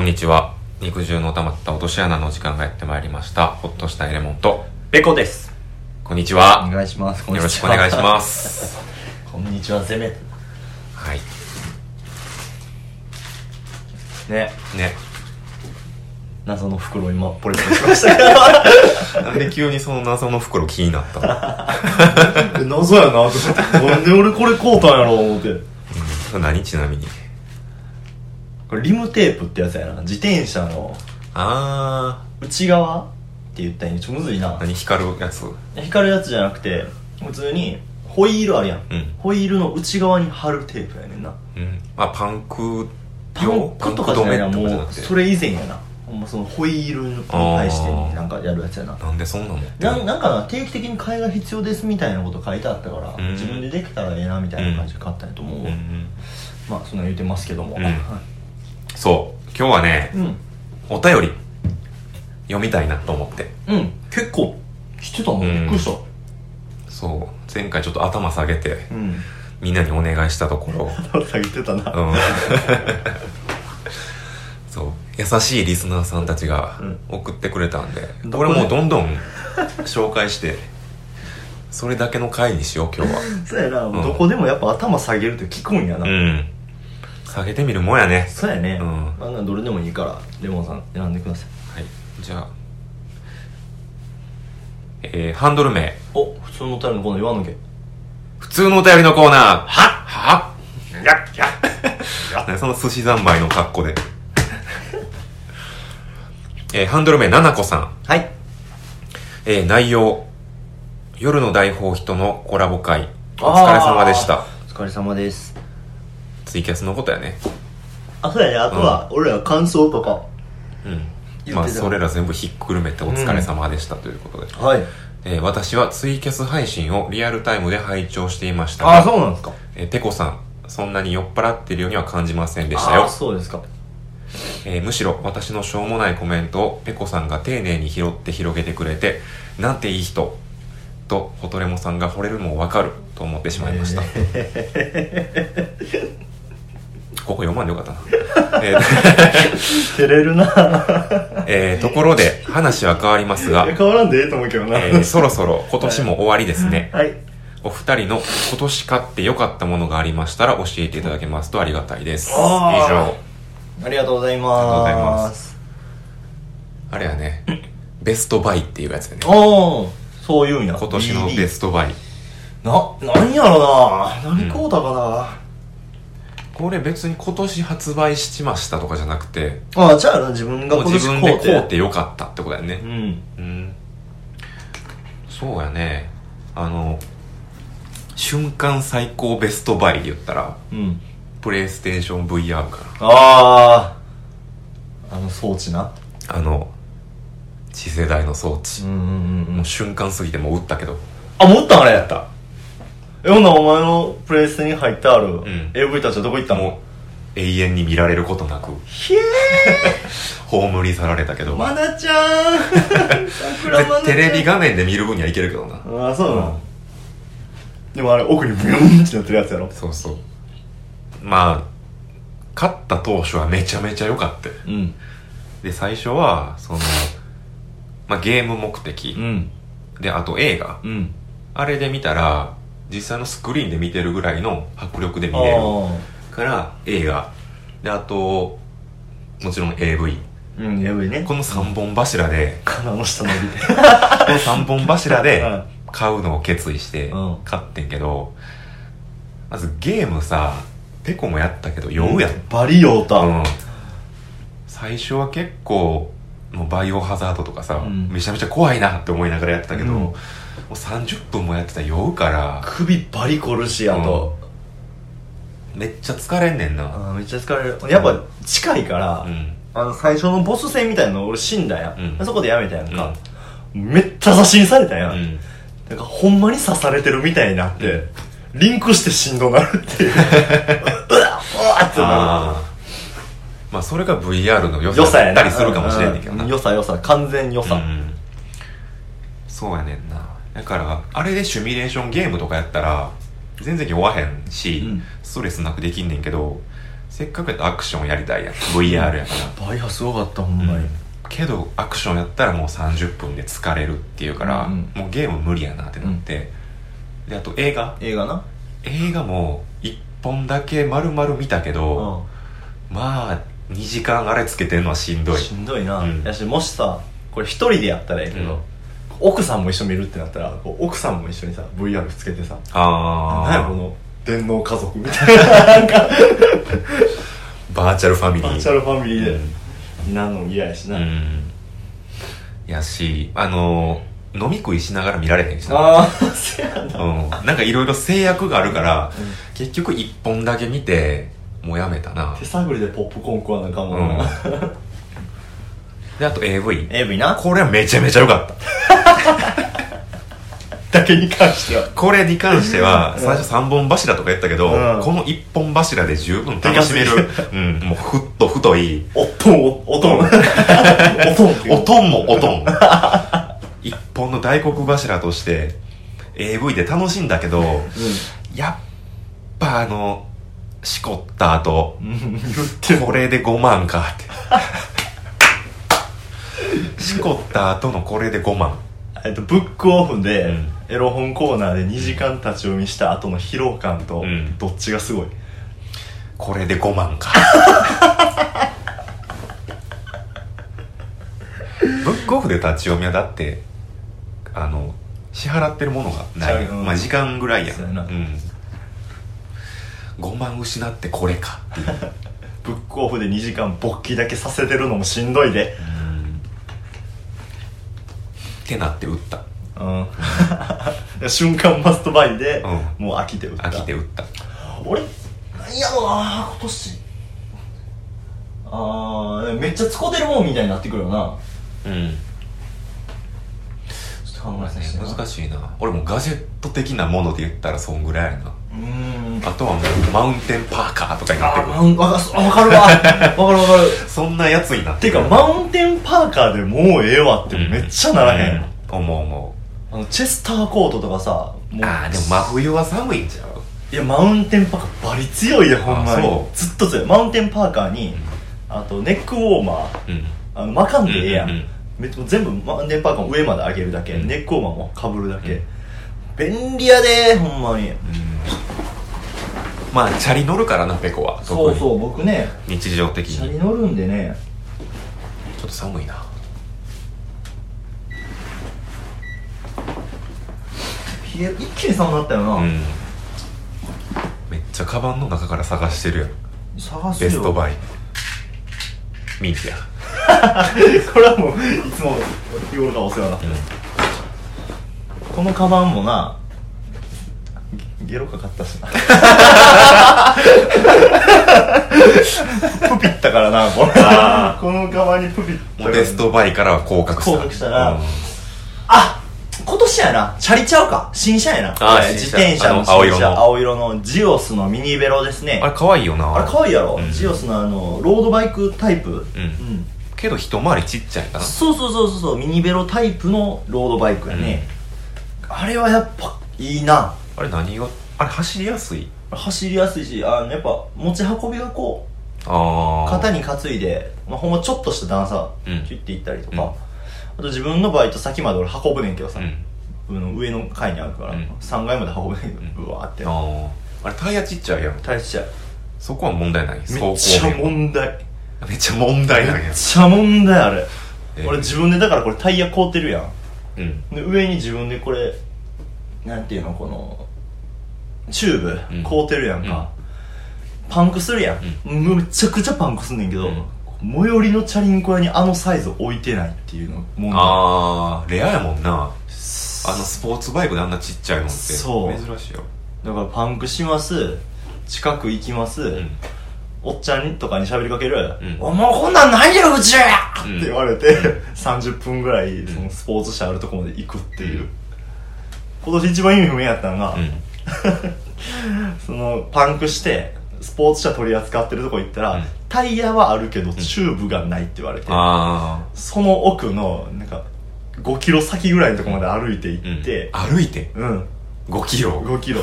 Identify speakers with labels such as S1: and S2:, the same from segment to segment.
S1: んにちは肉汁の溜まった落とし穴の時間がやってまいりましたほっとしたエレモンと
S2: ベコです。
S1: こんにち
S3: お
S1: はよ
S3: 願いします。。
S1: ろしくお願いしますす
S3: こんにちは、攻め。
S1: はい
S3: ね。
S1: ね
S3: 謎の袋今、ポリポリし ましたけ
S1: なんで急にその謎の袋気になったの
S3: ど。謎やなと思って。なんで俺これ買うたんやろ思って。
S1: うんそれ何ちなみに
S3: これリムテープってやつやな。自転車の
S1: あ
S3: 内側って言ったらいいのちょ、むずいな
S1: ー。何光るやつうん
S3: 光るやつじゃなくて、普通にホイールあるやん。
S1: うん
S3: ホイールの内側に貼るテープやねんな。
S1: まあパンク
S3: パンクとかじゃないな、
S1: パンク止めとかじゃ
S3: も
S1: な
S3: う、
S1: くて
S3: それ以前やな。ほんまそのホイールに対してなんかやるやつやな。
S1: なんでそんなの持ってん
S3: な
S1: の
S3: なんか定期的に買いが必要ですみたいなこと書いてあったから、
S1: うん
S3: 自分でできたらええなみたいな感じで買ったんやと思う、
S1: うんうん
S3: まあそんなん言うてますけども、
S1: うん
S3: はい
S1: そう今日はね
S3: うん、
S1: お便り読みたいなと思って
S3: うん、結構知ってたの、
S1: うん
S3: びっくりした
S1: そう前回ちょっと頭下げて
S3: うん
S1: みんなにお願いしたところ
S3: 下げてたな
S1: うん そう優しいリスナーさんたちが
S3: うん
S1: 送ってくれたんで、
S3: どこ
S1: 俺
S3: で
S1: もうどんどん紹介してそれだけの回にしよう今日は
S3: そうやな、
S1: ん
S3: どこでもやっぱ頭下げると聞くんやな、
S1: うん下げてみるもんやね
S3: そうやね、
S1: うん
S3: あんなんどれでもいいからレモンさん選んでください
S1: はいじゃあえー、ハンドル名
S3: お普通のお便りのこの言わんのけ
S1: 普通のお便りのコーナーははやっやっねその寿司三昧の格 好でえー、ハンドル名ななこさん
S3: はい
S1: えー内容夜の大放人のコラボ会お
S3: あー
S1: 疲れ様でした
S3: お疲れ様です
S1: ツイキャスのことやね
S3: あそうやねあとは俺ら感想とか、
S1: うん
S3: 言ってた
S1: まあそれら全部ひっくるめてお疲れ様でしたということで、
S3: はい
S1: えー私はツイキャス配信をリアルタイムで拝聴していました
S3: ああ
S1: が
S3: そうなんですか
S1: えーペコさんそんなに酔っ払っているようには感じませんでしたよ
S3: あ、そうですか
S1: えーむしろ私のしょうもないコメントをペコさんが丁寧に拾って広げてくれてなんていい人とホトレモさんが惚れるのもわかると思ってしまいま した、ここ読まんでよかったな、え
S3: 照れるな
S1: ーえーところで話は変わります が、
S3: 変わらんでええと思うけどな、
S1: えーそろそろ今年も終わりですね
S3: はい
S1: お二人の今年買って良かったものがありましたら教えていただけますとありがたいです以
S3: あー
S1: 上
S3: ありがとうございます
S1: ありがとうございますあれはねベストバイっていうやつやね
S3: おーそういうんや
S1: 今年のベ
S3: ス
S1: ストバイ
S3: な何やろな何買うたか
S1: これ別に今年発売しましたとかじゃなくて
S3: な、あじゃあ自分が
S1: もう
S3: 今
S1: 自分
S3: 年
S1: で
S3: 買う
S1: こ
S3: て
S1: うてよかったってことだよね
S3: うん
S1: うんそうやねあの瞬間最高ベストバイで言ったら
S3: うん
S1: プレイステーション VR か
S3: あああの装置な
S1: なあの次世代の装置
S3: う、んうんう
S1: も
S3: ん
S1: う瞬間過ぎてもう打ったけど
S3: あ持ったんあれやったえほんならお前のプレイステに入ってある、
S1: ん
S3: AV たちはどこ行ったの
S1: もう永遠に見られることなく
S3: ひえ
S1: 葬り去られたけど、
S3: ーまなち ゃん桜
S1: で
S3: まなちゃん
S1: テレビ画面で見る分にはいけるけどな
S3: ああそうなの、でもあれ奥にブヨンってなってるやつやろ
S1: そうそうまあ勝った当初はめちゃめちゃ良かったよ
S3: うん
S1: で最初はその、まあ、ゲーム目的、
S3: ん
S1: であと映画
S3: うん
S1: あれで見たら実際のスクリーンで見てるぐらいの迫力で見
S3: あ
S1: れる
S3: あ
S1: から映画であともちろん AV
S3: うんやばいね
S1: この3本柱で、
S3: 鼻の下伸びて
S1: この3本柱で
S3: うん
S1: 買うのを決意して
S3: うん
S1: 買ってんけど、まずゲームさペコもやったけど酔うやん
S3: バリ酔うた
S1: うん最初は結構もうバイオハザードとかさ、
S3: うん
S1: めちゃめちゃ怖いなって思いながらやってたけど、
S3: うん
S1: もう30分もやってたら酔うから
S3: 首バリ凝るしあと、
S1: めっちゃ疲れんねんな
S3: あーめっちゃ疲れるやっぱ近いから、
S1: うん
S3: あの最初のボス戦みたいなの俺死んだやん、
S1: うん
S3: そこでやめたやんか、めっちゃ刺しにされたやん、
S1: うん
S3: なんかほんまに刺されてるみたいになって、
S1: う
S3: リンクしてしんどなるっていう うわうわってなる
S1: あーまあそれが VR の良
S3: 良
S1: さ
S3: さ
S1: だ
S3: や
S1: っ
S3: な
S1: たりするかもしれんねんけどな
S3: う良さ良さ完全に良さ、
S1: うんそうやねんなだからあれでシミュレーションゲームとかやったら全然酔わへんし、
S3: うん
S1: ストレスなくできんねんけどせっかくやったらアクションやりたいやん VR やから
S3: バイハすごかったほんまに、
S1: けどアクションやったらもう30分で疲れるっていうから、
S3: うんうん
S1: もうゲーム無理やなってなって、であと映画
S3: 映画な
S1: 映画も1本だけ丸々見たけど、まあ2時間あれつけてんのはしんどい
S3: しんどいな、
S1: うん
S3: やしもしさこれ一人でやったらええけど、
S1: うん
S3: 奥さんも一緒に見るってなったらこう奥さんも一緒にさ VR つけてさ
S1: あ
S3: 何やこ
S1: あ
S3: の電脳家族みたいななんか
S1: バーチャルファミリー
S3: バーチャルファミリーで
S1: うん
S3: になんのも嫌やしな、
S1: うんやしあの飲み食いしながら見られへんしな
S3: ああせやな
S1: うん、なんかいろいろ制約があるから、
S3: うん
S1: 結局1本だけ見てもうやめたな
S3: 手探りでポップコーン食わなあかんもんな、
S1: うんであと AV
S3: AV な
S1: これはめちゃめちゃ良かった
S3: だけに関しては
S1: これに関しては
S3: うん
S1: 最初3本柱とかやったけど、
S3: うん
S1: この1本柱で十分楽しめる
S3: でか、
S1: うん、もうふっと太い
S3: おっとんお おとんおとんっていう
S1: おとんもおとん一本の大黒柱として AV で楽しいんだけどやっぱあのしこった後
S3: うんうん言っても
S1: これで5万かって しこった後のこれで5万
S3: えっと、ブックオフで、
S1: うん
S3: エロ本コーナーで2時間立ち読みした後の疲労感と、
S1: うん
S3: どっちがすごい
S1: これで5万か ブックオフで立ち読みはだってあの支払ってるものがないやん
S3: うん
S1: まあ時間ぐらいやん
S3: そうやな
S1: うん、5万失ってこれかっていう
S3: ブックオフで2時間勃起だけさせてるのもしんどいで
S1: ってなって打った
S3: うん瞬間マストバイで、
S1: う
S3: もう飽きて打った
S1: 飽きて打った
S3: 俺なんやろな今年あーめっちゃ使うてるもんみたいになってくるよな
S1: うん
S3: ちょっと考えさせてな
S1: 難しいな俺もガジェット的なもので言ったらそんぐらいやな
S3: うーん
S1: あとはもうマウンテンパーカーとかになって
S3: あ
S1: く
S3: マウンわかわかるわわかるわかる
S1: るそんなやつになってて
S3: いう
S1: く
S3: か
S1: る
S3: マウンテンパーカーでもうええわってめっちゃならへん、
S1: うん思う思
S3: あのチェスターコートとかさも
S1: うああでも真冬は寒いんちゃう
S3: いやマウンテンパーカーバリ強いでほんま
S1: あ
S3: に
S1: そう
S3: ずっと強いマウンテンパーカーにあとネックウォーマー
S1: うん
S3: あの巻かんでええやん,、
S1: うんうんうん
S3: めっちゃ全部マウンテンパーカーも上まで上げるだけ、
S1: うん
S3: ネックウォーマーもかぶるだけ、
S1: うん
S3: 便利やでほんまに
S1: まあチャリ乗るからなペコは
S3: そう
S1: う
S3: そう僕ね
S1: 日常的
S3: チャリ
S1: に
S3: 乗るんでね
S1: ちょっと寒いな
S3: 冷え一気に寒くなったよな、
S1: うんめっちゃカバンの中から探してるやん
S3: 探すよ
S1: ベストバイミンティア
S3: これはもういつも日頃からお世話になってる、このカバンもなゲゲロかかった しなプピったからなこのこのカバンにプピった
S1: もうベストバイからは降格した
S3: 降格したな
S1: うん
S3: あ今年やなチャリちゃうか新車やな
S1: あー
S3: えー
S1: 新
S3: 自
S1: 車
S3: 転車の
S1: あの青
S3: 新
S1: 色
S3: 車
S1: の
S3: 青色のジオスのミニベロですね
S1: あれ可愛いよな
S3: あれ可愛いやろ、
S1: うん
S3: ジオスのあのロードバイクタイプ
S1: うん
S3: うん
S1: けど一回りちっちゃいな
S3: そうそうそうそうそうミニベロタイプのロードバイクやね、あれはやっぱいいな
S1: あれ何があれ走りやすい
S3: 走りやすいしあのやっぱ持ち運びがこ
S1: あ
S3: う
S1: あ
S3: 肩に担いで、まあ、ほんまちょっとした段差
S1: うん
S3: 切っていったりとか、
S1: うん
S3: あと自分の場合と先まで俺運ぶねんけど
S1: う
S3: さ、
S1: ん
S3: あの上の階にあるから、
S1: うん
S3: 3階まで運ぶねんけど、うわーって
S1: あああれタイヤちっちゃいやん
S3: 大しちゃう
S1: そこは問題ない走
S3: めっち
S1: 行
S3: ゃ
S1: 面
S3: 問題
S1: めっちゃ問題なん
S3: め
S1: や
S3: っちゃ問題あれ、
S1: ええ
S3: 俺自分でだからこれタイヤ凍ってるやん
S1: うん
S3: で上に自分でこれなんていうのこのチュー
S1: うん
S3: ブ凍ってるやんか、パンクするやん、めちゃくちゃパンクすんねんけど、
S1: うん
S3: 最寄りのチャリンコ屋にあのサイズ置いてないっていうの問題
S1: ああレアやもんなあ
S3: あ
S1: のスポーツバイクであんなちっちゃいもんって
S3: そう
S1: 珍しいよ
S3: だからパンクします近く行きます、
S1: うん
S3: おっちゃんとかに喋りかける
S1: うん
S3: 「お前こんなんないようちや!」っ
S1: うん
S3: て言われて、30分ぐ らいそのスポーツ車あるとこまで行くっていう、
S1: うん
S3: 今年一番意味不明やったのが、
S1: うん
S3: そのパンクしてスポーツ車取り扱ってるとこ行ったら、
S1: うん
S3: タイヤはあるけどチューブがないって言われて、
S1: あ
S3: その奥のなんか5キロ先ぐらいのとこまで歩いて
S1: あ
S3: 行って、
S1: 歩いて
S3: うん
S1: 5キロ
S3: 5キロ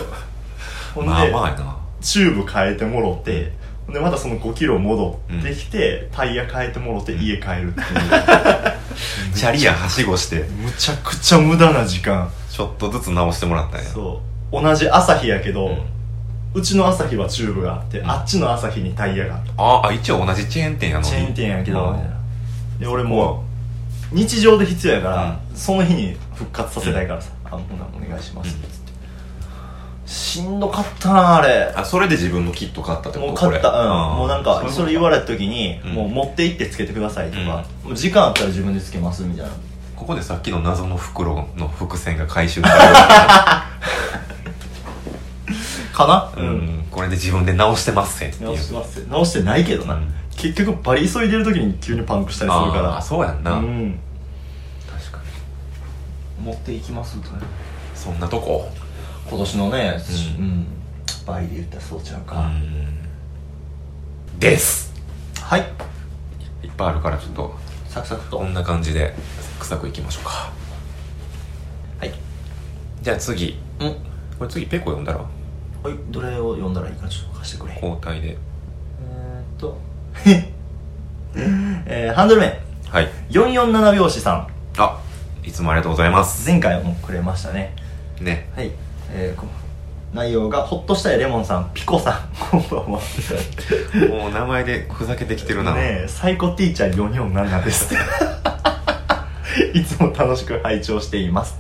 S3: ほんで、
S1: まあまあやな
S3: チューブ変えてもろてでまたその5キロ戻ってきて、タイヤ変えてもろて家帰るっていう、
S1: チャリやはしごして
S3: むちゃくちゃ無駄な時間
S1: ちょっとずつ直してもらったんや
S3: そう同じ朝日やけど、
S1: う
S3: うんちの朝日はチューブがあって、
S1: うん
S3: あっちの朝日にタイヤがあって
S1: ああ一応同じチェーン店やのに
S3: チェーン店やけど
S1: あ
S3: みたいなで俺もう日常で必要やから、その日に復活させたいからさ「あほなお願いします」っつって、しんどかったなあれ
S1: あそれで自分のキット買ったってこと
S3: もう買った、うん、もうなんかそれ言わ
S1: れ
S3: れた時に、
S1: うん
S3: もう持って行ってつけてくださいとか、もう時間あったら自分でつけますみたいな
S1: ここでさっきの謎の袋の伏線が回収さ
S3: か
S1: れ
S3: な
S1: る、うん、これで自分で直してますせっていう
S3: 直してます直してないけどな、
S1: うん
S3: 結局バリ急いでる時に急にパンクしたりするから
S1: あーそうやんな、
S3: うん
S1: 確かに
S3: 持っていきますとね
S1: そんなとこ
S3: 今年のね、
S1: う
S3: うんん倍で言ったらそうちゃうか、
S1: うんです
S3: はい
S1: いっぱいあるからちょっと
S3: サクサクと
S1: こ
S3: はい
S1: んな感じでサクサクいきましょうかじゃあ次
S3: うん
S1: これ次ペコ読んだら
S3: はいどれを読んだらいいかちょっと貸してくれ
S1: 交代で
S3: えーっと えーハンドル名
S1: はい
S3: 447拍子さん
S1: あいつもありがとうございます
S3: 前回もくれましたね
S1: ね
S3: はい、えーこ内容がほっとしたいレモンさんピコさんこんばん は
S1: もう名前でふざけてきてるな、
S3: ねえサイコティーチャー447です いつも楽しく拝聴しています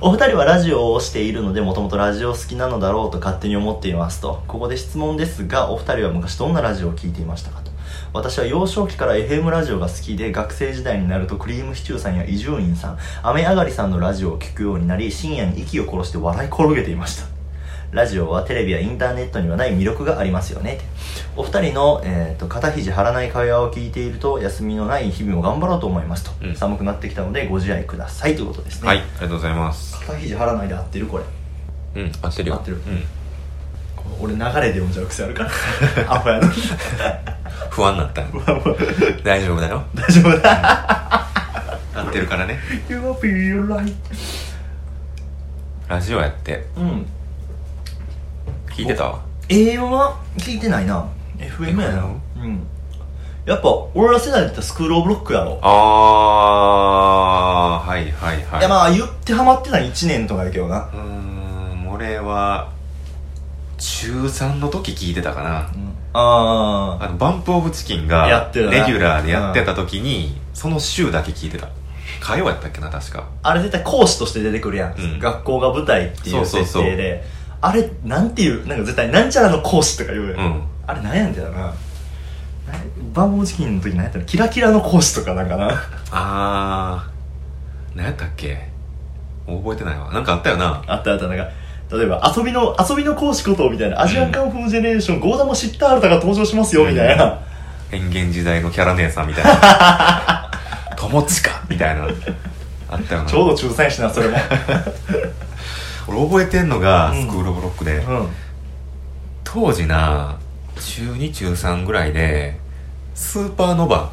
S3: お二人はラジオをしているのでもともとラジオ好きなのだろうと勝手に思っていますとここで質問ですがお二人は昔どんなラジオを聞いていましたかと私は幼少期から FM ラジオが好きで学生時代になるとクリームシチューさんや伊集院さん雨上がりさんのラジオを聞くようになり深夜に息を殺して笑い転げていましたラジオはテレビやインターネットにはない魅力がありますよねお二人の、えー、と肩肘張らない会話を聞いていると休みのない日々を頑張ろうと思いますと、
S1: うん
S3: 寒くなってきたのでご自愛くださいということですね
S1: はいありがとうございます
S3: 肩肘張らないで合ってるこれ
S1: うん合ってるよ
S3: 合ってる
S1: うん、
S3: 俺流れで読んじゃう癖あ るからアホや のに
S1: 不安になったよ大丈夫だよ
S3: 大丈夫だ
S1: 合ってるからね
S3: You will be right
S1: ラジオやって
S3: うん
S1: 聞いてた
S3: 栄養は聞いてないな FM やな
S1: FM
S3: うんやっぱ俺ら世代だったらスクールオブロックやろ
S1: あーはいはいはい
S3: いやまあ言ってハマってたの1年とかやけどな
S1: うーん俺は中3の時聞いてたかな
S3: あ
S1: あのバンプ・オブ・チキンが
S3: やってるな
S1: レギュラーでやってた時にその週だけ聞いてた火曜やったっけな確か
S3: ああれ絶対講師として出てくるやん、
S1: うん
S3: 学校が舞台っていう
S1: そうそう
S3: 設
S1: そう
S3: 定であれなんていうなんか絶対なんちゃらの講師とか言うや、
S1: うんん
S3: あれなんやんだよななバンボーチキンの時何やったのキラキラの講師とかなんかな
S1: あー何やったっけ覚えてないわなんかあったよな
S3: あったあったなんか例えば遊びの遊びの講師ことみたいなアジアンカンフージェネレーションゴーダマシッタールタが登場しますよみたいな、
S1: 変幻時代のキャラ姉さんみたいな 友近みたいなあったよな
S3: ちょうど中3やしな それも
S1: 俺覚えてんのが
S3: うん
S1: スクール・オブ・ロックで、
S3: うん
S1: 当時な中2中3ぐらいでスーパーノバ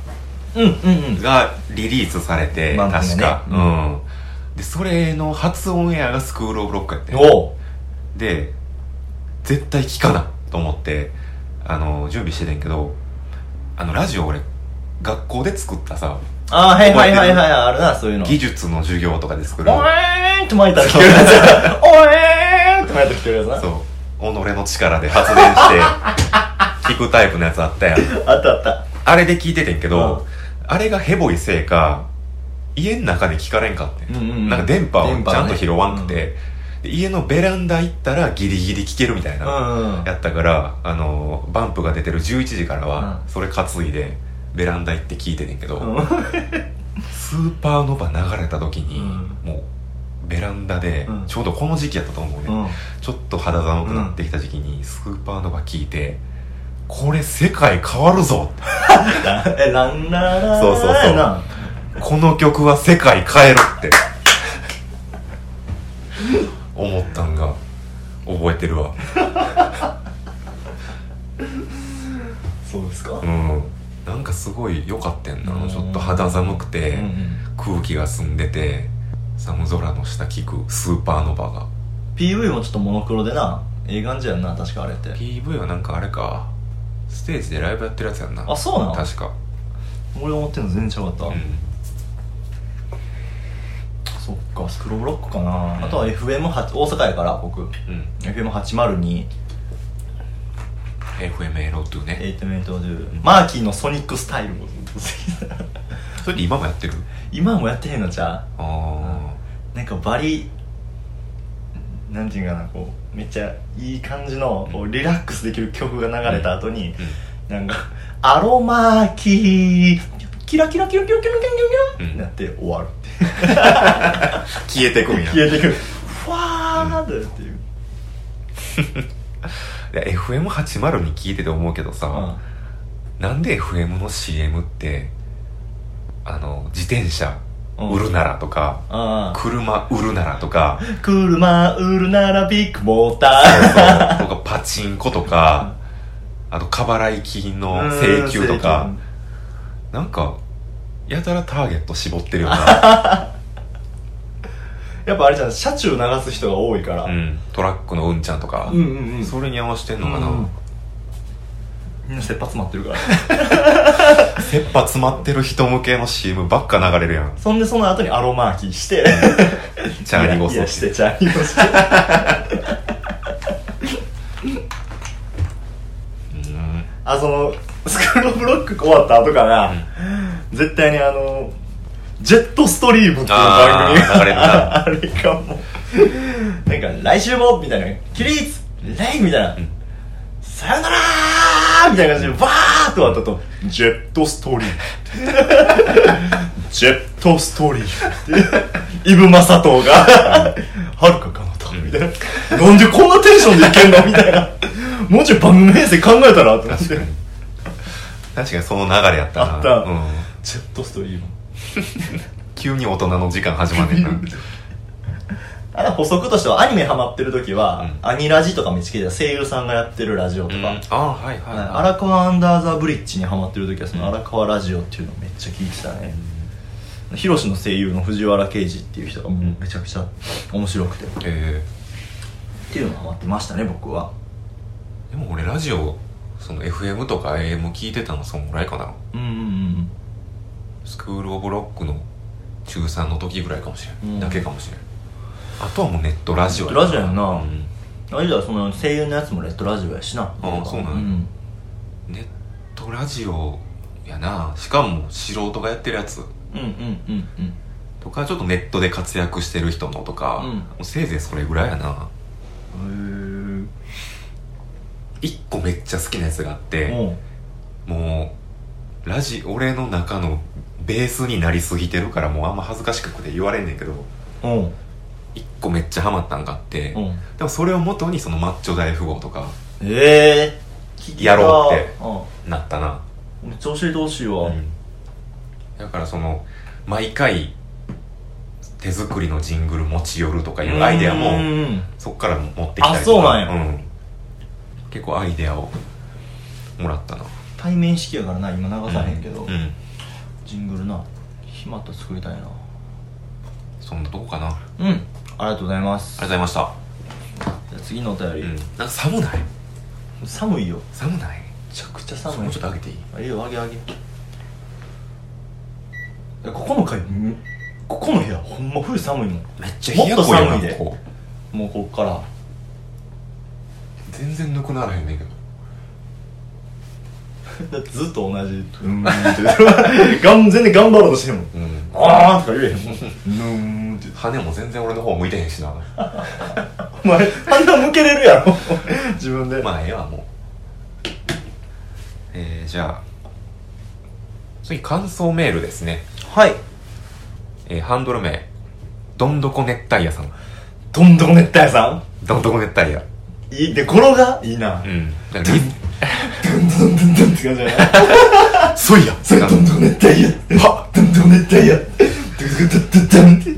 S3: うんうんうん
S1: がリリースされて、
S3: 漫画ね
S1: 確か、
S3: う
S1: うんでそれの初オンエアがスクール・オブ・ロックやってん
S3: おう
S1: で絶対聞かなと思ってあの準備しててんけどあのラジオ俺学校で作ったさ
S3: ああはいはいはいはいあるなそういうの
S1: 技術の授業とかで作る
S3: おえーんって巻いたら聞こえるやつ やおえーんって巻いたら聞こえるやつな
S1: そう己の力で発電して 聞くタイプのやつあったやん
S3: あったあった
S1: あれで聞いててんけど、あれがヘボいせいか家の中で聞かれんかってん、
S3: うんうんうん
S1: なんか電波を
S3: 電波
S1: ち
S3: ね
S1: ゃんと拾わんくて、で家のベランダ行ったらギリギリ聞けるみたいな、
S3: うんうん
S1: やったから、あのバンプが出てる11時からは
S3: う
S1: それ担いでベランダ行って聞いててんけど、
S3: うん
S1: スーパーノバ流れた時に、
S3: う
S1: もうベランダで、
S3: うん
S1: ちょうどこの時期やったと思うね、
S3: うん
S1: ちょっと肌寒くなってきた時期にスーパーノバ聞いてこれ世界変わるぞ
S3: えランララ
S1: そうそうそう
S3: な
S1: この曲は世界変えるって思ったんが覚えてるわ
S3: そうですか
S1: うんなんかすごい良かったんなあのちょっと肌寒くて、
S3: うん
S1: 空気が澄んでて寒空の下聞くスーパーノバが
S3: PV もちょっとモノクロでなええ感じやんな確かあれって
S1: PV はなんかあれかステージでライブやってるやつやんな
S3: あそうなの
S1: 確か
S3: 俺思ってんの全然違かった、
S1: うん
S3: そっかスクローブロックかな、
S1: うん
S3: あとは FM8 大阪やから僕
S1: うん
S3: FM802
S1: FMA ロートゥね
S3: 8 m トゥマーキーのソニックスタイルも
S1: それって今もやってる
S3: 今もやってへんのちゃ
S1: あ
S3: うなんかバリなんていうかなこうめっちゃいい感じのこうリラックスできる曲が流れた後に
S1: あ、うん
S3: なんか「アロマーキーキラキラキラキラキラキラキラ」
S1: うん
S3: なって終わる
S1: 消えてくんや
S3: 消えてくるふわーっていう、
S1: いや FM80 に聞いてて思うけどさ、なんで FM の CM ってあの自転車
S3: うん
S1: 売るならとか、
S3: ああ
S1: 車売るならと か
S3: 車売るならビッグモータ
S1: そう
S3: ー
S1: とかパチンコとかあと過払い金の請求と
S3: う
S1: か
S3: ん
S1: なんかやたらターゲット絞ってるよ な、
S3: やっぱあれじゃん車中流す人が多いから、
S1: うん、トラックのうんちゃんとか、
S3: うんうんうん
S1: それに合わせてんのかな、
S3: うんみんな切羽詰まってるから
S1: 切羽詰まってる人向けの CM ばっか流れるやん
S3: そんでその後にアロマーキーして
S1: チャーリーゴ
S3: いや
S1: ソ
S3: いやしてチャーリーゴソして
S1: うん
S3: あそのスクローブロック終わった後かな、絶対にあのジェットストリームっていう番組が
S1: あ
S3: あれかもなんか来週もみたいな起立レイみたいな、
S1: ん
S3: さよならーみたいな感じでバーっと終わったとジェットストリームジェットストリー ムイブ・マサトウがはるか彼方みたいななんでこんなテンションでいけんのみたいなもうちょい番組編成考えたらと思って
S1: 確かに確かにその流れやったな
S3: あった
S1: うん、
S3: ジェットストリーム
S1: 急に大人の時間始まんね んな
S3: あれ補足としてはアニメハマってる時は、
S1: う
S3: アニラジとか見つけて声優さんがやってるラジオとか、
S1: ああはいはい、はい、
S3: 荒川アンダーザブリッジにハマってる時はその
S1: うん
S3: 荒川ラジオっていうのめっちゃ聞いてたねヒロシの声優の藤原啓治っていう人がもうめちゃくちゃ面白くてっ
S1: え
S3: ていうのハマってましたね僕は
S1: ー、でも俺ラジオその FM とか AM 聞いてたのそんぐらいかな
S3: うんうん
S1: スクール・オブ・ロックの中3の時ぐらいかもしれん、
S3: うん
S1: だけかもしれんあとはもうネットラジオ
S3: ネットラジオやんな
S1: うん
S3: うんあれじゃその声優のやつもレッドラジオやしな
S1: ああそうなんや
S3: ん
S1: ネットラジオやなしかも素人がやってるやつ
S3: うんうんうんうん
S1: とかちょっとネットで活躍してる人のとか、
S3: うん
S1: もうせいぜいそれぐらいやな
S3: うん
S1: 一個めっちゃ好きなやつがあっ
S3: へ
S1: て
S3: え
S1: もうラジ俺の中のベースになりすぎてるからもうあんま恥ずかしくて言われんねんけど
S3: うんうん
S1: 一個めっちゃハマったんがあって、
S3: うん
S1: でもそれを元にそのマッチョ大富豪とか
S3: ええ
S1: やろうって
S3: うん
S1: なったな、
S3: めっちゃ教えてほしいわ、
S1: うんだからその毎回手作りのジングル持ち寄るとかいうアイデア
S3: う
S1: も
S3: ん
S1: そっから持ってきたりとか
S3: あそうなんや
S1: うん結構アイデアをもらったな
S3: 対面式やからな今流さへんけど、
S1: うん、うん
S3: ジングルな暇と作りたいな
S1: そんなとこかなありが
S3: うんありがとうございます
S1: とうございました、
S3: じゃあ次のお便り、
S1: うん、なんか寒ない
S3: 寒いよめ
S1: 寒ない
S3: ちゃくちゃ
S1: も
S3: 寒
S1: う
S3: い
S1: ちょっと上げていい
S3: あいいよあげあげいやここの階んここの部屋ほんま冬寒いもん
S1: めっち
S3: ゃ冷やこやな
S1: もっと寒いで
S3: こもうこっから
S1: 全然ぬくならへんねんけど
S3: だってずっと同じうーんって がん全然頑張ろうとしてるもん
S1: うん
S3: あーとか言えへんもんぬーんって
S1: 羽も全然俺の方向いてへんし な
S3: お前鼻向けれるやろ自分で
S1: まあええわもうえー、じゃあ次感想メールですね、
S3: はい
S1: えー、ハンドル名どんどこ熱帯夜さん
S3: どんどん熱帯夜さ
S1: どんどこ熱帯夜
S3: んいいで語呂がいいな
S1: うんだからリ
S3: どんどんどんって感じだな
S1: そういや
S3: それどんどん熱帯夜はどんどん熱帯夜ドゥドゥドゥドゥンって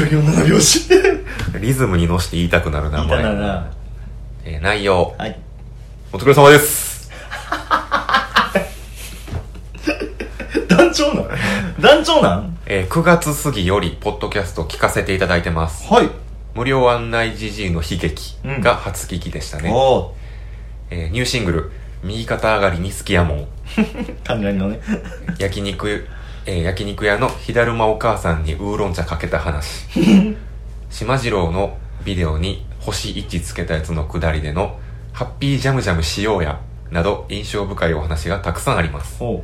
S3: 4 4 7拍子
S1: リズムに乗せて言いたくなる名
S3: い
S1: 前
S3: たなな
S1: えー、内容
S3: はい
S1: お疲れ様です
S3: 団長なん団長なん
S1: えー、9月過ぎより、ポッドキャストを聞かせていただいてます。
S3: はい
S1: 無料案内 GG の悲劇
S3: うん
S1: が初聞きでしたね。
S3: お
S1: えーニューシングル「右肩上がりに好きやも ん
S3: 単純のね」
S1: 焼肉、えー焼肉屋の火だるまお母さんにウーロン茶かけた 話島次郎のビデオに星1つけたやつのくだりでの「ハッピージャムジャムしようや」など印象深いお話がたくさんあります
S3: おう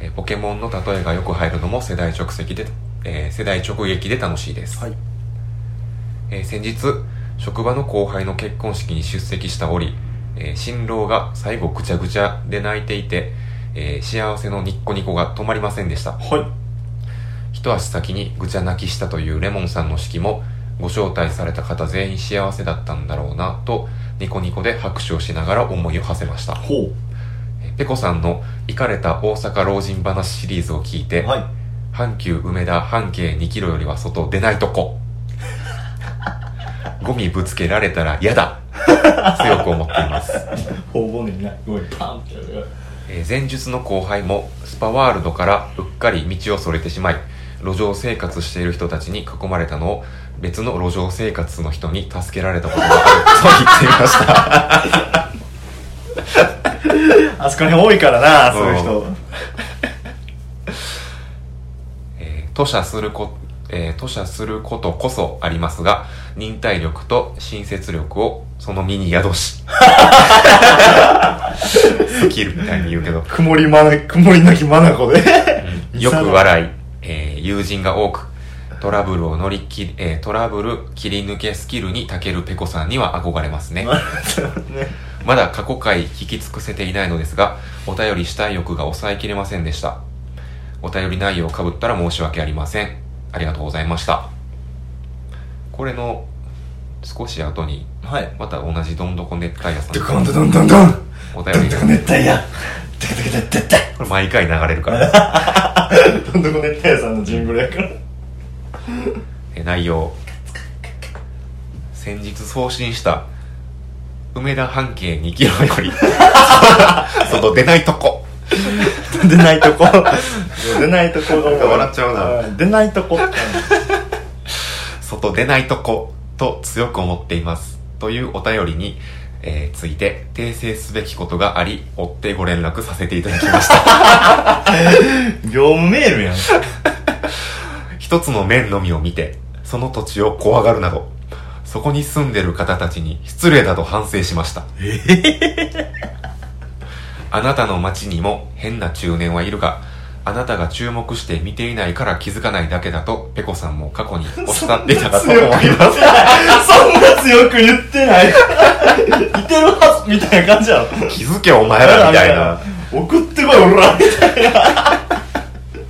S1: えーポケモンの例えがよく入るのも世代直撃で、えー世代直撃で楽しいです、
S3: はい
S1: えー先日職場の後輩の結婚式に出席した折、えー新郎が最後ぐちゃぐちゃで泣いていて、えー幸せのニッコニコが止まりませんでした
S3: はい
S1: 一足先にぐちゃ泣きしたというレモンさんの式もご招待された方全員幸せだったんだろうなとニコニコで拍手をしながら思いを馳せました
S3: ほ
S1: えーペコさんの「イカれた大阪老人話」シリーズを聞いうて、
S3: はい
S1: 阪急梅田半径2キロよりは外出ないとこゴミぶつけられたら嫌だ強く思っています、
S3: 頬骨になごいパンってやる
S1: えー前述の後輩もスパワールドからうっかり道をそれてしまい路上生活している人たちに囲まれたのを別の路上生活の人に助けられたことがあると言っていました
S3: あそこに多いからなそういう
S1: う
S3: 人
S1: えー吐瀉するこ、えー吐瀉することこそありますが忍耐力と親切力をその身に宿しスキルみたいに言うけど
S3: 曇りまな曇りなきまなこで
S1: よく笑い、えー友人が多く、トラブルを乗り切り、えートラブル切り抜けスキルに長けるペコさんには憧れますね。
S3: ね
S1: まだ過去回聞き尽くせていないのですが、お便りしたい欲が抑えきれませんでした。お便り内容をかぶったら申し訳ありません。ありがとうございました。これの少し後に、
S3: はい
S1: また同じどんどこ熱帯夜さん
S3: ドコンドドンドンドン
S1: お
S3: ど
S1: 便
S3: ん
S1: り
S3: ど
S1: が
S3: こ、熱帯夜どんどこ熱帯
S1: これ毎回流れるから、
S3: 夜どんどこ熱帯夜さんのジングルやから
S1: えー内容。先日送信した梅田半径2キロよ り外出ないとこ
S3: 出ないとこ出ないとこが
S1: なんか笑っちゃうな
S3: な出ないとこ
S1: 外出ないとこと強く思っていますというお便りに、えーついて訂正すべきことがあり追ってご連絡させていただきました
S3: 業務メールやん
S1: 一つの面のみを見てその土地を怖がるなどそこに住んでる方たちに失礼だと反省しました あなたの街にも変な中年はいるが、あなたが注目して見ていないから気づかないだけだと、ペコさんも過去におっしゃっていた かと思います。
S3: そんな強く言ってないいてるはずみたいな感じやろ
S1: 気づけお前らみたい な。
S3: 送ってこい俺らみた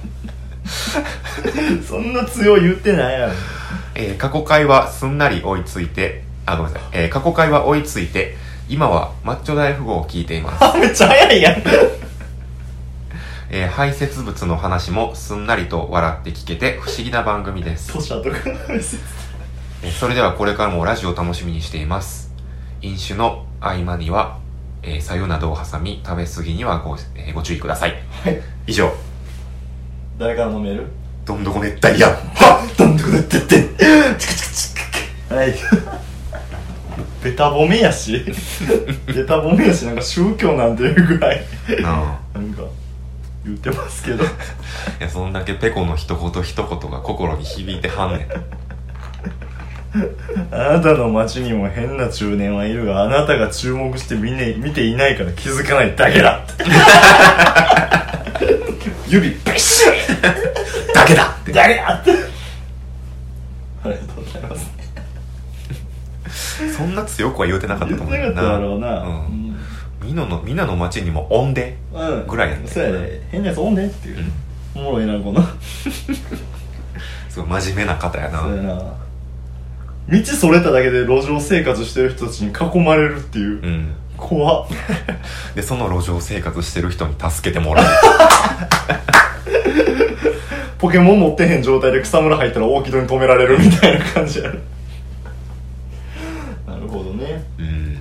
S3: いなそんな強い言ってないやろ
S1: えー過去回はすんなり追いついて、あ、ごめんなさい。えー過去回は追いついて、今はマッチョ大富豪を聞いています。
S3: めっちゃ早いやん
S1: えー排泄物の話もすんなりと笑って聞けて不思議な番組です。
S3: 土砂とか
S1: えーそれではこれからもラジオを楽しみにしています飲酒の合間には、えー、左右などを挟み食べ過ぎにはご,、えーご注意ください、
S3: い
S1: 以上
S3: 誰からのメール
S1: どんどこ熱帯夜
S3: はっなんとかだってってチクチクチクはいベタ褒めやしベタ褒めやしなんか宗教なんていうぐらい
S1: なあ
S3: なんか言ってますけど
S1: いやそんだけペコの一言一言が心に響いてはんねん
S3: あなたの街にも変な中年はいるがあなたが注目して見,、ね、見ていないから気づかないだけだって指ビシッだ けだだけだってありがとうございます
S1: そんな強くは言うてなかった
S3: 言
S1: と
S3: って
S1: 思う
S3: なか
S1: よ
S3: っただろうな
S1: う、
S3: うんん
S1: みののみなの町にもおんで
S3: うん
S1: ぐらいやね
S3: そうやで変なやつおんねっていう、
S1: うん
S3: おもろいなこの
S1: すごい真面目な方やな
S3: そうやな道それただけで路上生活してる人たちに囲まれるっていう、
S1: うん
S3: 怖っ
S1: でその路上生活してる人に助けても らう
S3: ポケモン持ってへん状態で草むら入ったら大木戸に止められるみたいな感じやるなるほどね
S1: うん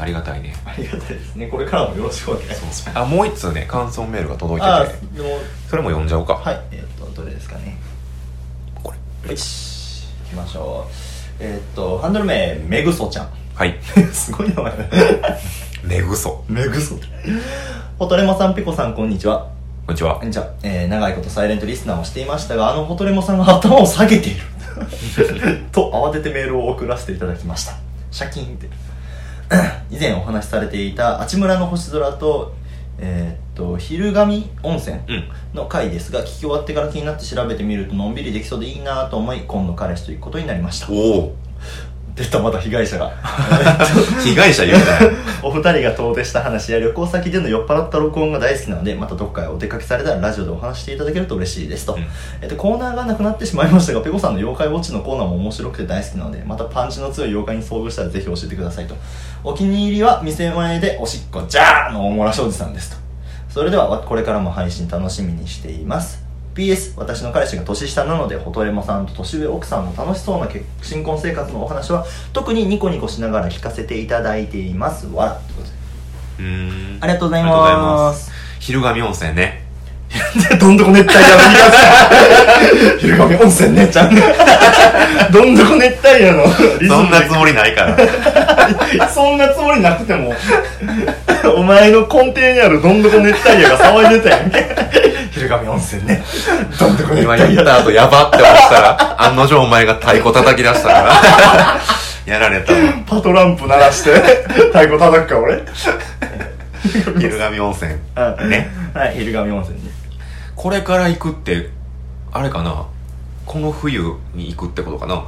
S1: ありがたいね
S3: ありがたいですねこれからもよろしくお願いします
S1: あもう一通ね感想メールが届い
S3: あ
S1: て
S3: ー
S1: て
S3: でも
S1: それも読んじゃおうか、
S3: はいえっ、とどれですかね
S1: これ
S3: よし行きましょうえーっとハンドル名めぐそちゃん
S1: はい
S3: すごい名前だ
S1: 寝ぐそ
S3: めぐそホトレモさんペコさんこんにちは
S1: こんにちは
S3: じゃあ、えー長いことサイレントリスナーをしていましたがあのホトレモさんが頭を下げていると慌ててメールを送らせていただきましたシャキーンって 以前お話しされていた「あちむらの星空と」えーっと「昼神温泉」
S1: うん
S3: の回ですが聞き終わってから気になって調べてみるとのんびりできそうでいいなと思い今度彼氏と行くことになりました
S1: おお
S3: 出たまた被害者が
S1: 被害者言うなよ
S3: お二人が遠出した話や旅行先での酔っ払った録音が大好きなのでまたどっかへお出かけされたらラジオでお話していただけると嬉しいですと、
S1: うん
S3: えっとコーナーがなくなってしまいましたがペコさんの妖怪ウォッチのコーナーも面白くて大好きなのでまたパンチの強い妖怪に遭遇したらぜひ教えてくださいとお気に入りは店前でおしっこジャーの大漏らしおじさんですとそれではわこれからも配信楽しみにしています PS 私の彼氏が年下なのでホトレモさんと年上奥さんの楽しそうな結新婚生活のお話は特にニコニコしながら聞かせていただいていますわらってことで
S1: うーん
S3: ありがとうございます
S1: 昼神温泉ね
S3: どんどこ熱帯夜の皆さん。昼神温泉ね、 ちゃん。どんどこ熱帯夜のリズ
S1: そ
S3: ム
S1: んなつもりないから
S3: でそんなつもりなくても。お前の根底にあるどんどこ熱帯夜が騒いでたやんけ。 昼神温泉ね。どんどこ熱
S1: 今
S3: 帯
S1: 言っ
S3: 夜。
S1: た後やばって思った ら案の定お前が太鼓叩き出したからやられたわ
S3: パトランプ鳴ら して、太鼓叩くか、俺。
S1: 昼神温泉ね
S3: はい、昼神温泉ね。
S1: これから行くってあれかなこの冬に行くってことかな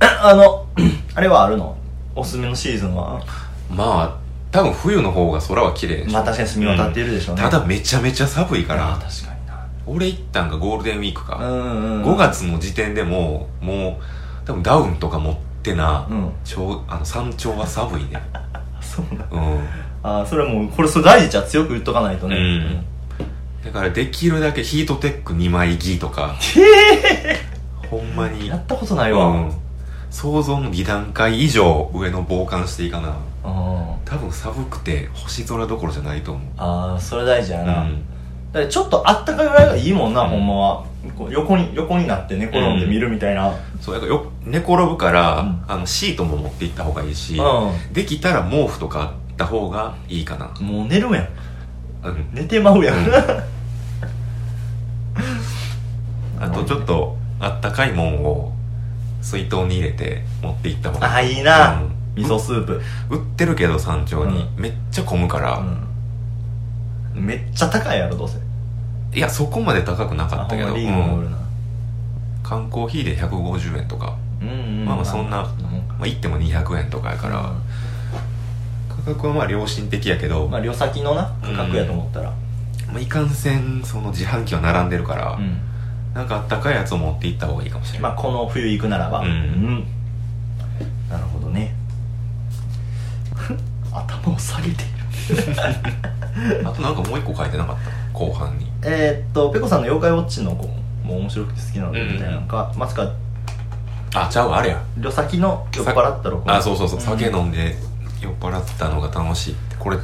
S3: あの、 あれはあるのおすすめのシーズンは。
S1: まあ多分冬の方が空は綺麗でしょ
S3: まあ確かに澄み渡っているでしょうね。
S1: ただめちゃめちゃ寒いか
S3: あ
S1: ら
S3: あ、確かにな。
S1: 俺行ったんがゴールデンウィーク
S3: う
S1: か、
S3: んうんうん。
S1: 5月の時点でもうもう多分ダウンとか持ってな、
S3: うん
S1: ちょうあの山頂は寒いね
S3: そうなん
S1: うん
S3: ああそれはもうこれそれ大事じゃん強く言っとかないとね、
S1: うんだからできるだけヒートテック2枚着とかほんまに
S3: やったことないうわ、
S1: ん想像の2段階以上上の防寒していかな
S3: あ
S1: 多分寒くて星空どころじゃないと思う
S3: あーそれ大事やな、
S1: うん
S3: だってちょっとあったかいぐらいがいいもんな、
S1: うん
S3: ほんまはこう横に横になって寝転んで見るみたいなうん、
S1: そうだからよ寝転ぶから、
S3: うん
S1: あのシートも持って行った方がいいし、できたら毛布とかあった方がいいかな
S3: もう寝るやん
S1: うん
S3: 寝てまうやん、
S1: う んあとちょっ
S3: と
S1: とあったかいもんを水筒に入れて持って行った方が
S3: ああいいな、
S1: うん
S3: 味噌スープ、
S1: 売ってるけど山頂に、
S3: う
S1: めっちゃ混むから、
S3: うんめっちゃ高いやろどうせ
S1: いやそこまで高くなかったけ
S3: あ
S1: ど、
S3: ほんまリ
S1: う
S3: ーグもおる
S1: ん
S3: な、
S1: 缶コーヒーで150円とか、
S3: うんうん
S1: まあまあそんな、
S3: うん
S1: まあ、行っても200円とかやから、価格はまあ良心的やけど、ま
S3: まあ旅先のな価格やと思ったら、
S1: あ、いかんせんその自販機は並んでるから、
S3: うん
S1: なんかあったかいやつを持って行った方がいいかもしれない、
S3: まあ、この冬行くならば
S1: うん
S3: なるほどね 頭を下げている
S1: あとなんかもう一個書いてなかった後半に
S3: えーっとペコさんの妖怪ウォッチの子も面白くて好きなのでみたいなのか、まさか
S1: あちゃうわあれや
S3: 旅先の酔っ払った録音
S1: あそうそうそう、
S3: ん
S1: 酒飲んで酔っ払ったのが楽しいってこれ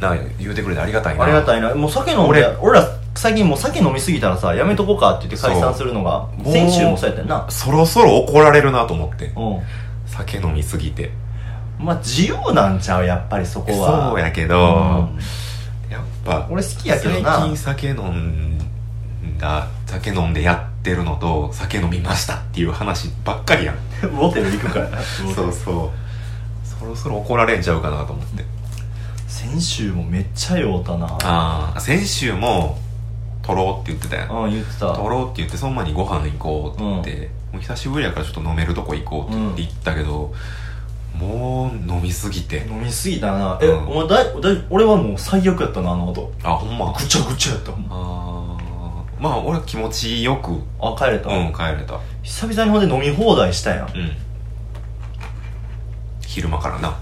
S1: なんか言うてくれてありがたいな
S3: ありがたいなもう酒飲んで俺
S1: 俺
S3: ら最近もう酒飲みすぎたらさやめとこうかって言って解散するのが
S1: そう
S3: 先週もそうやったよな
S1: そろそろ怒られるなと思って
S3: う
S1: 酒飲みすぎて
S3: んまあ自由なんちゃうやっぱりそこは
S1: そうやけ
S3: う
S1: ど、
S3: ん
S1: やっぱ
S3: 俺好きやけどな
S1: 最近酒飲んだ酒飲んでやってるのと酒飲みましたっていう話ばっかりやん
S3: モテル行くからな
S1: そうそうそろそろ怒られんちゃうかなと思って
S3: 先週もめっちゃ酔うたな
S1: ああ先週も取ろうって言ってたやん
S3: うん言ってた
S1: 取ろうって言ってその前にご飯行こうって言って、もう久しぶりやからちょっと飲めるとこ行こうって言って行ったけど、もう飲みすぎて
S3: 飲みすぎたなえ、
S1: うん
S3: お前だいだい俺はもう最悪やったなあの音
S1: あほんま
S3: ぐちゃぐちゃやったもん
S1: あーまあ俺は気持ちよく、うん、
S3: あ帰れた、
S1: 帰れた
S3: 久々にほんで飲み放題したやんやっ
S1: うん昼間からな
S3: ぱ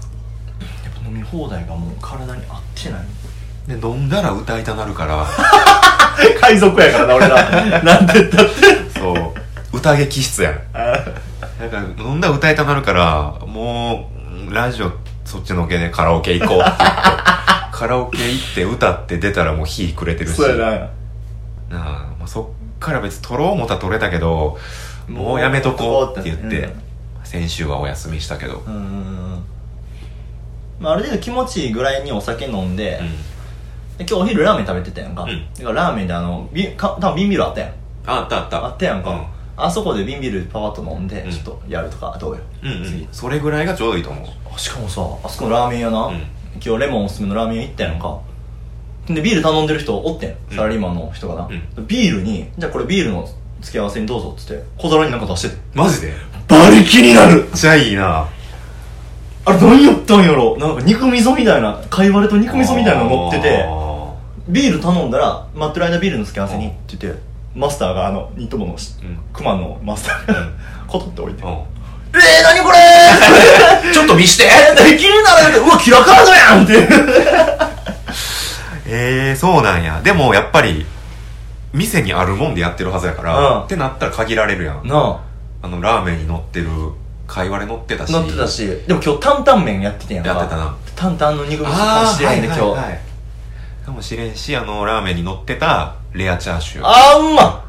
S3: 飲み放題がもう体に合ってない
S1: で飲んだら歌いたなるから
S3: 海賊やからな俺ら なんでだって
S1: そう宴気質やんだから飲んだら歌いたなるからもうラジオそっちのけでカラオケ行こうって言って カラオケ行って歌って出たらもう火くれてるし
S3: そうや
S1: なあ、まあ、そっから別に取ろう思ったら取れたけど
S3: な
S1: もうやめとこうって言って、
S3: うん
S1: 先週はお休みしたけど
S3: うんうんうんうんまあある程度気持ちいいぐらいにお酒飲んで,、
S1: うん
S3: で今日お昼ラーメン食べてたやんか、
S1: うん
S3: だからラーメンであのビか多分瓶ビールあったやん
S1: ああったあった
S3: あったやんか、
S1: うん
S3: あそこで瓶ビールパパッと飲んで、
S1: うん
S3: ちょっとやるとかどうよ、
S1: うんうん
S3: 次
S1: それぐらいがちょうどいいと思う
S3: あしかもさあそこのラーメン屋な、
S1: うん
S3: 今日レモンおすすめのラーメン屋行ったやんかでビール頼んでる人おってん
S1: うん
S3: サラリーマンの人がな、
S1: う
S3: ビールにじゃあこれビールの付け合わせにどうぞっつって小皿になんか出してて
S1: マジで
S3: バリ気になる
S1: めっちゃいいな
S3: あれ何やったんやろなんか肉味噌みたいな貝割れと肉味噌みたいなの乗ってて
S1: あ
S3: ビール頼んだら待ってる間ビールの付け合わせにって言ってマスターがあのニット帽のし
S1: ーうん
S3: 熊のマスター がことっておいて「えー、
S1: う
S3: 何こ れ
S1: んちょっと見して
S3: ー! 」って気になるうわキラカードやんっていう
S1: えー、そうなんやでもやっぱり店にあるもんでやってるはずやから、
S3: うん
S1: って なったら限られるやん
S3: なあ
S1: あのラーメンに乗ってるかいわれ乗ってたし
S3: 乗ってたしでも今日担々麺やっててんやんか
S1: やってたな
S3: 担々の肉味噌
S1: あ
S3: 足し
S1: あ
S3: てやんで
S1: は
S3: 今
S1: い
S3: 日、
S1: はいはいかもしれんしあのラーメンに乗ってたレアチャーシュー
S3: あん ま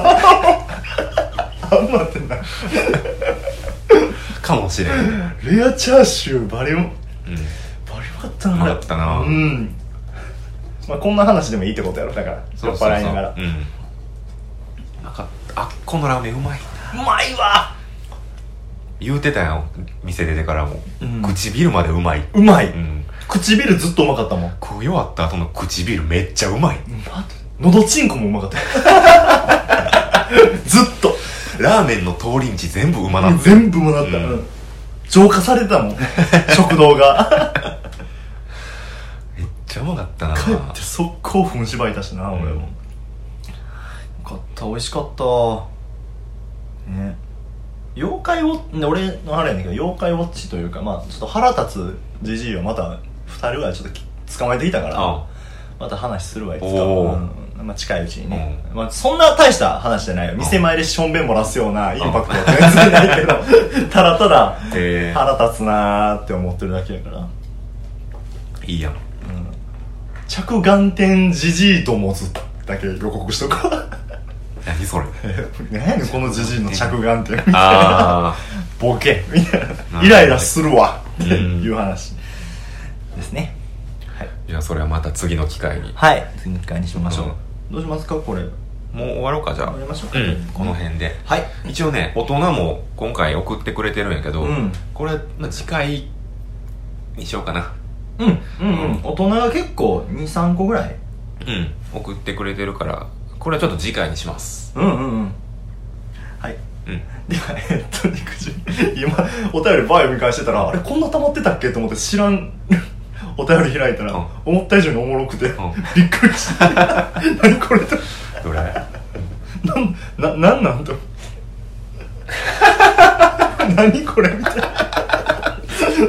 S3: あんまあんまってな
S1: かもしれん、うん、
S3: レアチャーシューバリもバリよかったな
S1: よかったな
S3: うんまあこんな話でもいいってことやろだから酔っ払いながら
S1: うんなんかあっこのラーメンうまいう
S3: まいわ
S1: 言うてたやん店出てからも、
S3: うん
S1: 唇までうまい、
S3: うまい、
S1: うん、
S3: 唇ずっとうまかったもん
S1: 食い終わった後の唇めっちゃうまい
S3: 喉チンコもうまかったずっと
S1: ラーメンの通り道全部うまなってる
S3: 全部もらった、
S1: うん
S3: うん浄化されてたもん食堂が
S1: めっちゃうまかったな
S3: 帰って速攻粉しばいたしな俺も、
S1: うん
S3: よかった美味しかったね妖怪ウォッチ俺のあれやねんけど妖怪ウォッチというかまあちょっと腹立つじじいをまた2人ぐらいちょっとき捕まえてきたから
S1: あ
S3: また話するわいつか、
S1: お
S3: うんまあ、近いうちにね、まあ、そんな大した話じゃないよ店前でしょんべん漏らすようなインパクトは全然ないけ どただただ
S1: えー、
S3: 腹立つなーって思ってるだけやから
S1: いいやん
S3: 着眼点じじいともずだけ予告しと こう
S1: 何 それ
S3: 何やねんこのじじいの着眼点
S1: あ
S3: ボケみたい
S1: ほ
S3: な
S1: ど
S3: イライラするわって
S1: うん
S3: いう話ですね
S1: あじゃあそれはまた次の機会に
S3: はい次の回にしましょう、どうしますかこれ
S1: もう終わろうかじゃあ
S3: やりましょうか
S1: うん、この辺で
S3: はい
S1: 一応ね大人も今回送ってくれてるんやけど、
S3: うん
S1: これ、まあ、次回にしようかな
S3: うんうんうん大人が結構23個ぐらい
S1: うん送ってくれてるからこれはちょっと次回にします
S3: うんうんうんはい
S1: うん
S3: ではえっと肉汁今お便りバイを見返してたらあれこんな溜まってたっけと思って知らん お便り開いたら、
S1: うん
S3: 思った以上におもろくて、
S1: ん
S3: びっくりした 何これと
S1: どれ
S3: なんななんなんと 何これみたいな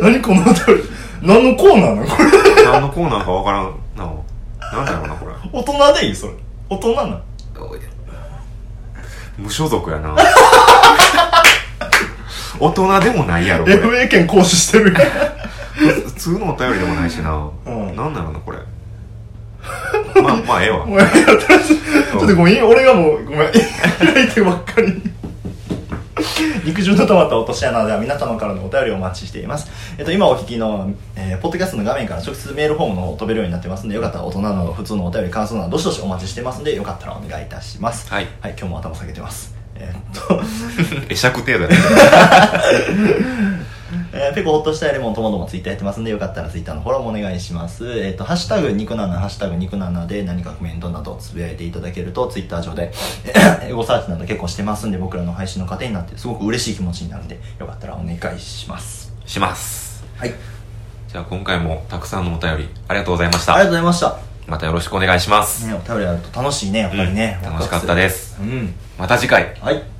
S3: 何このお便り何のコーナーなのこれ
S1: 何のコーナーかわからんな何だろうなこれ
S3: 大人でいいそれ大人なの
S1: 無所属やな 大人でもないやろこれ
S3: FA 権行使してる
S1: 普通のお便りでもないしな、
S3: うん
S1: なんだろうなこれまあまあええ わ
S3: ごめんちょっとごめん俺がもうごめん開いてばっかり肉汁のトマト落とし穴では皆様からのお便りをお待ちしています、えっと、今お聞きの、えーポッドキャストの画面から直接メールフォームの方を飛べるようになってますんでよかったら大人など普通のお便り感想などどしどしお待ちしてますんでよかったらお願いいたします
S1: はい
S3: はい、今日も頭下げてますえっと
S1: 会釈程度やね
S3: えー、ペコホッとしたいレモンともどもツイッターやってますんで、よかったらツイッターのフォローもお願いします。えっ、と、ハッシュタグ肉なな、ハッシュタグ肉ななで何かコメントなどつぶやいていただけると、ツイッター上で、えーエゴサーチなど結構してますんで、僕らの配信の糧になって、すごく嬉しい気持ちになるんで、よかったらお願いします。
S1: します
S3: はい。あり
S1: じゃあ今回もたくさんのお便りありがとうございまし
S3: がとう
S1: た
S3: ございました。
S1: またよろしくお願いします、
S3: ね、お便りあると楽しいね、やっぱりね。
S1: うん
S3: ワ
S1: 楽
S3: クワク
S1: しかったです
S3: る。うん。
S1: また次回
S3: はい。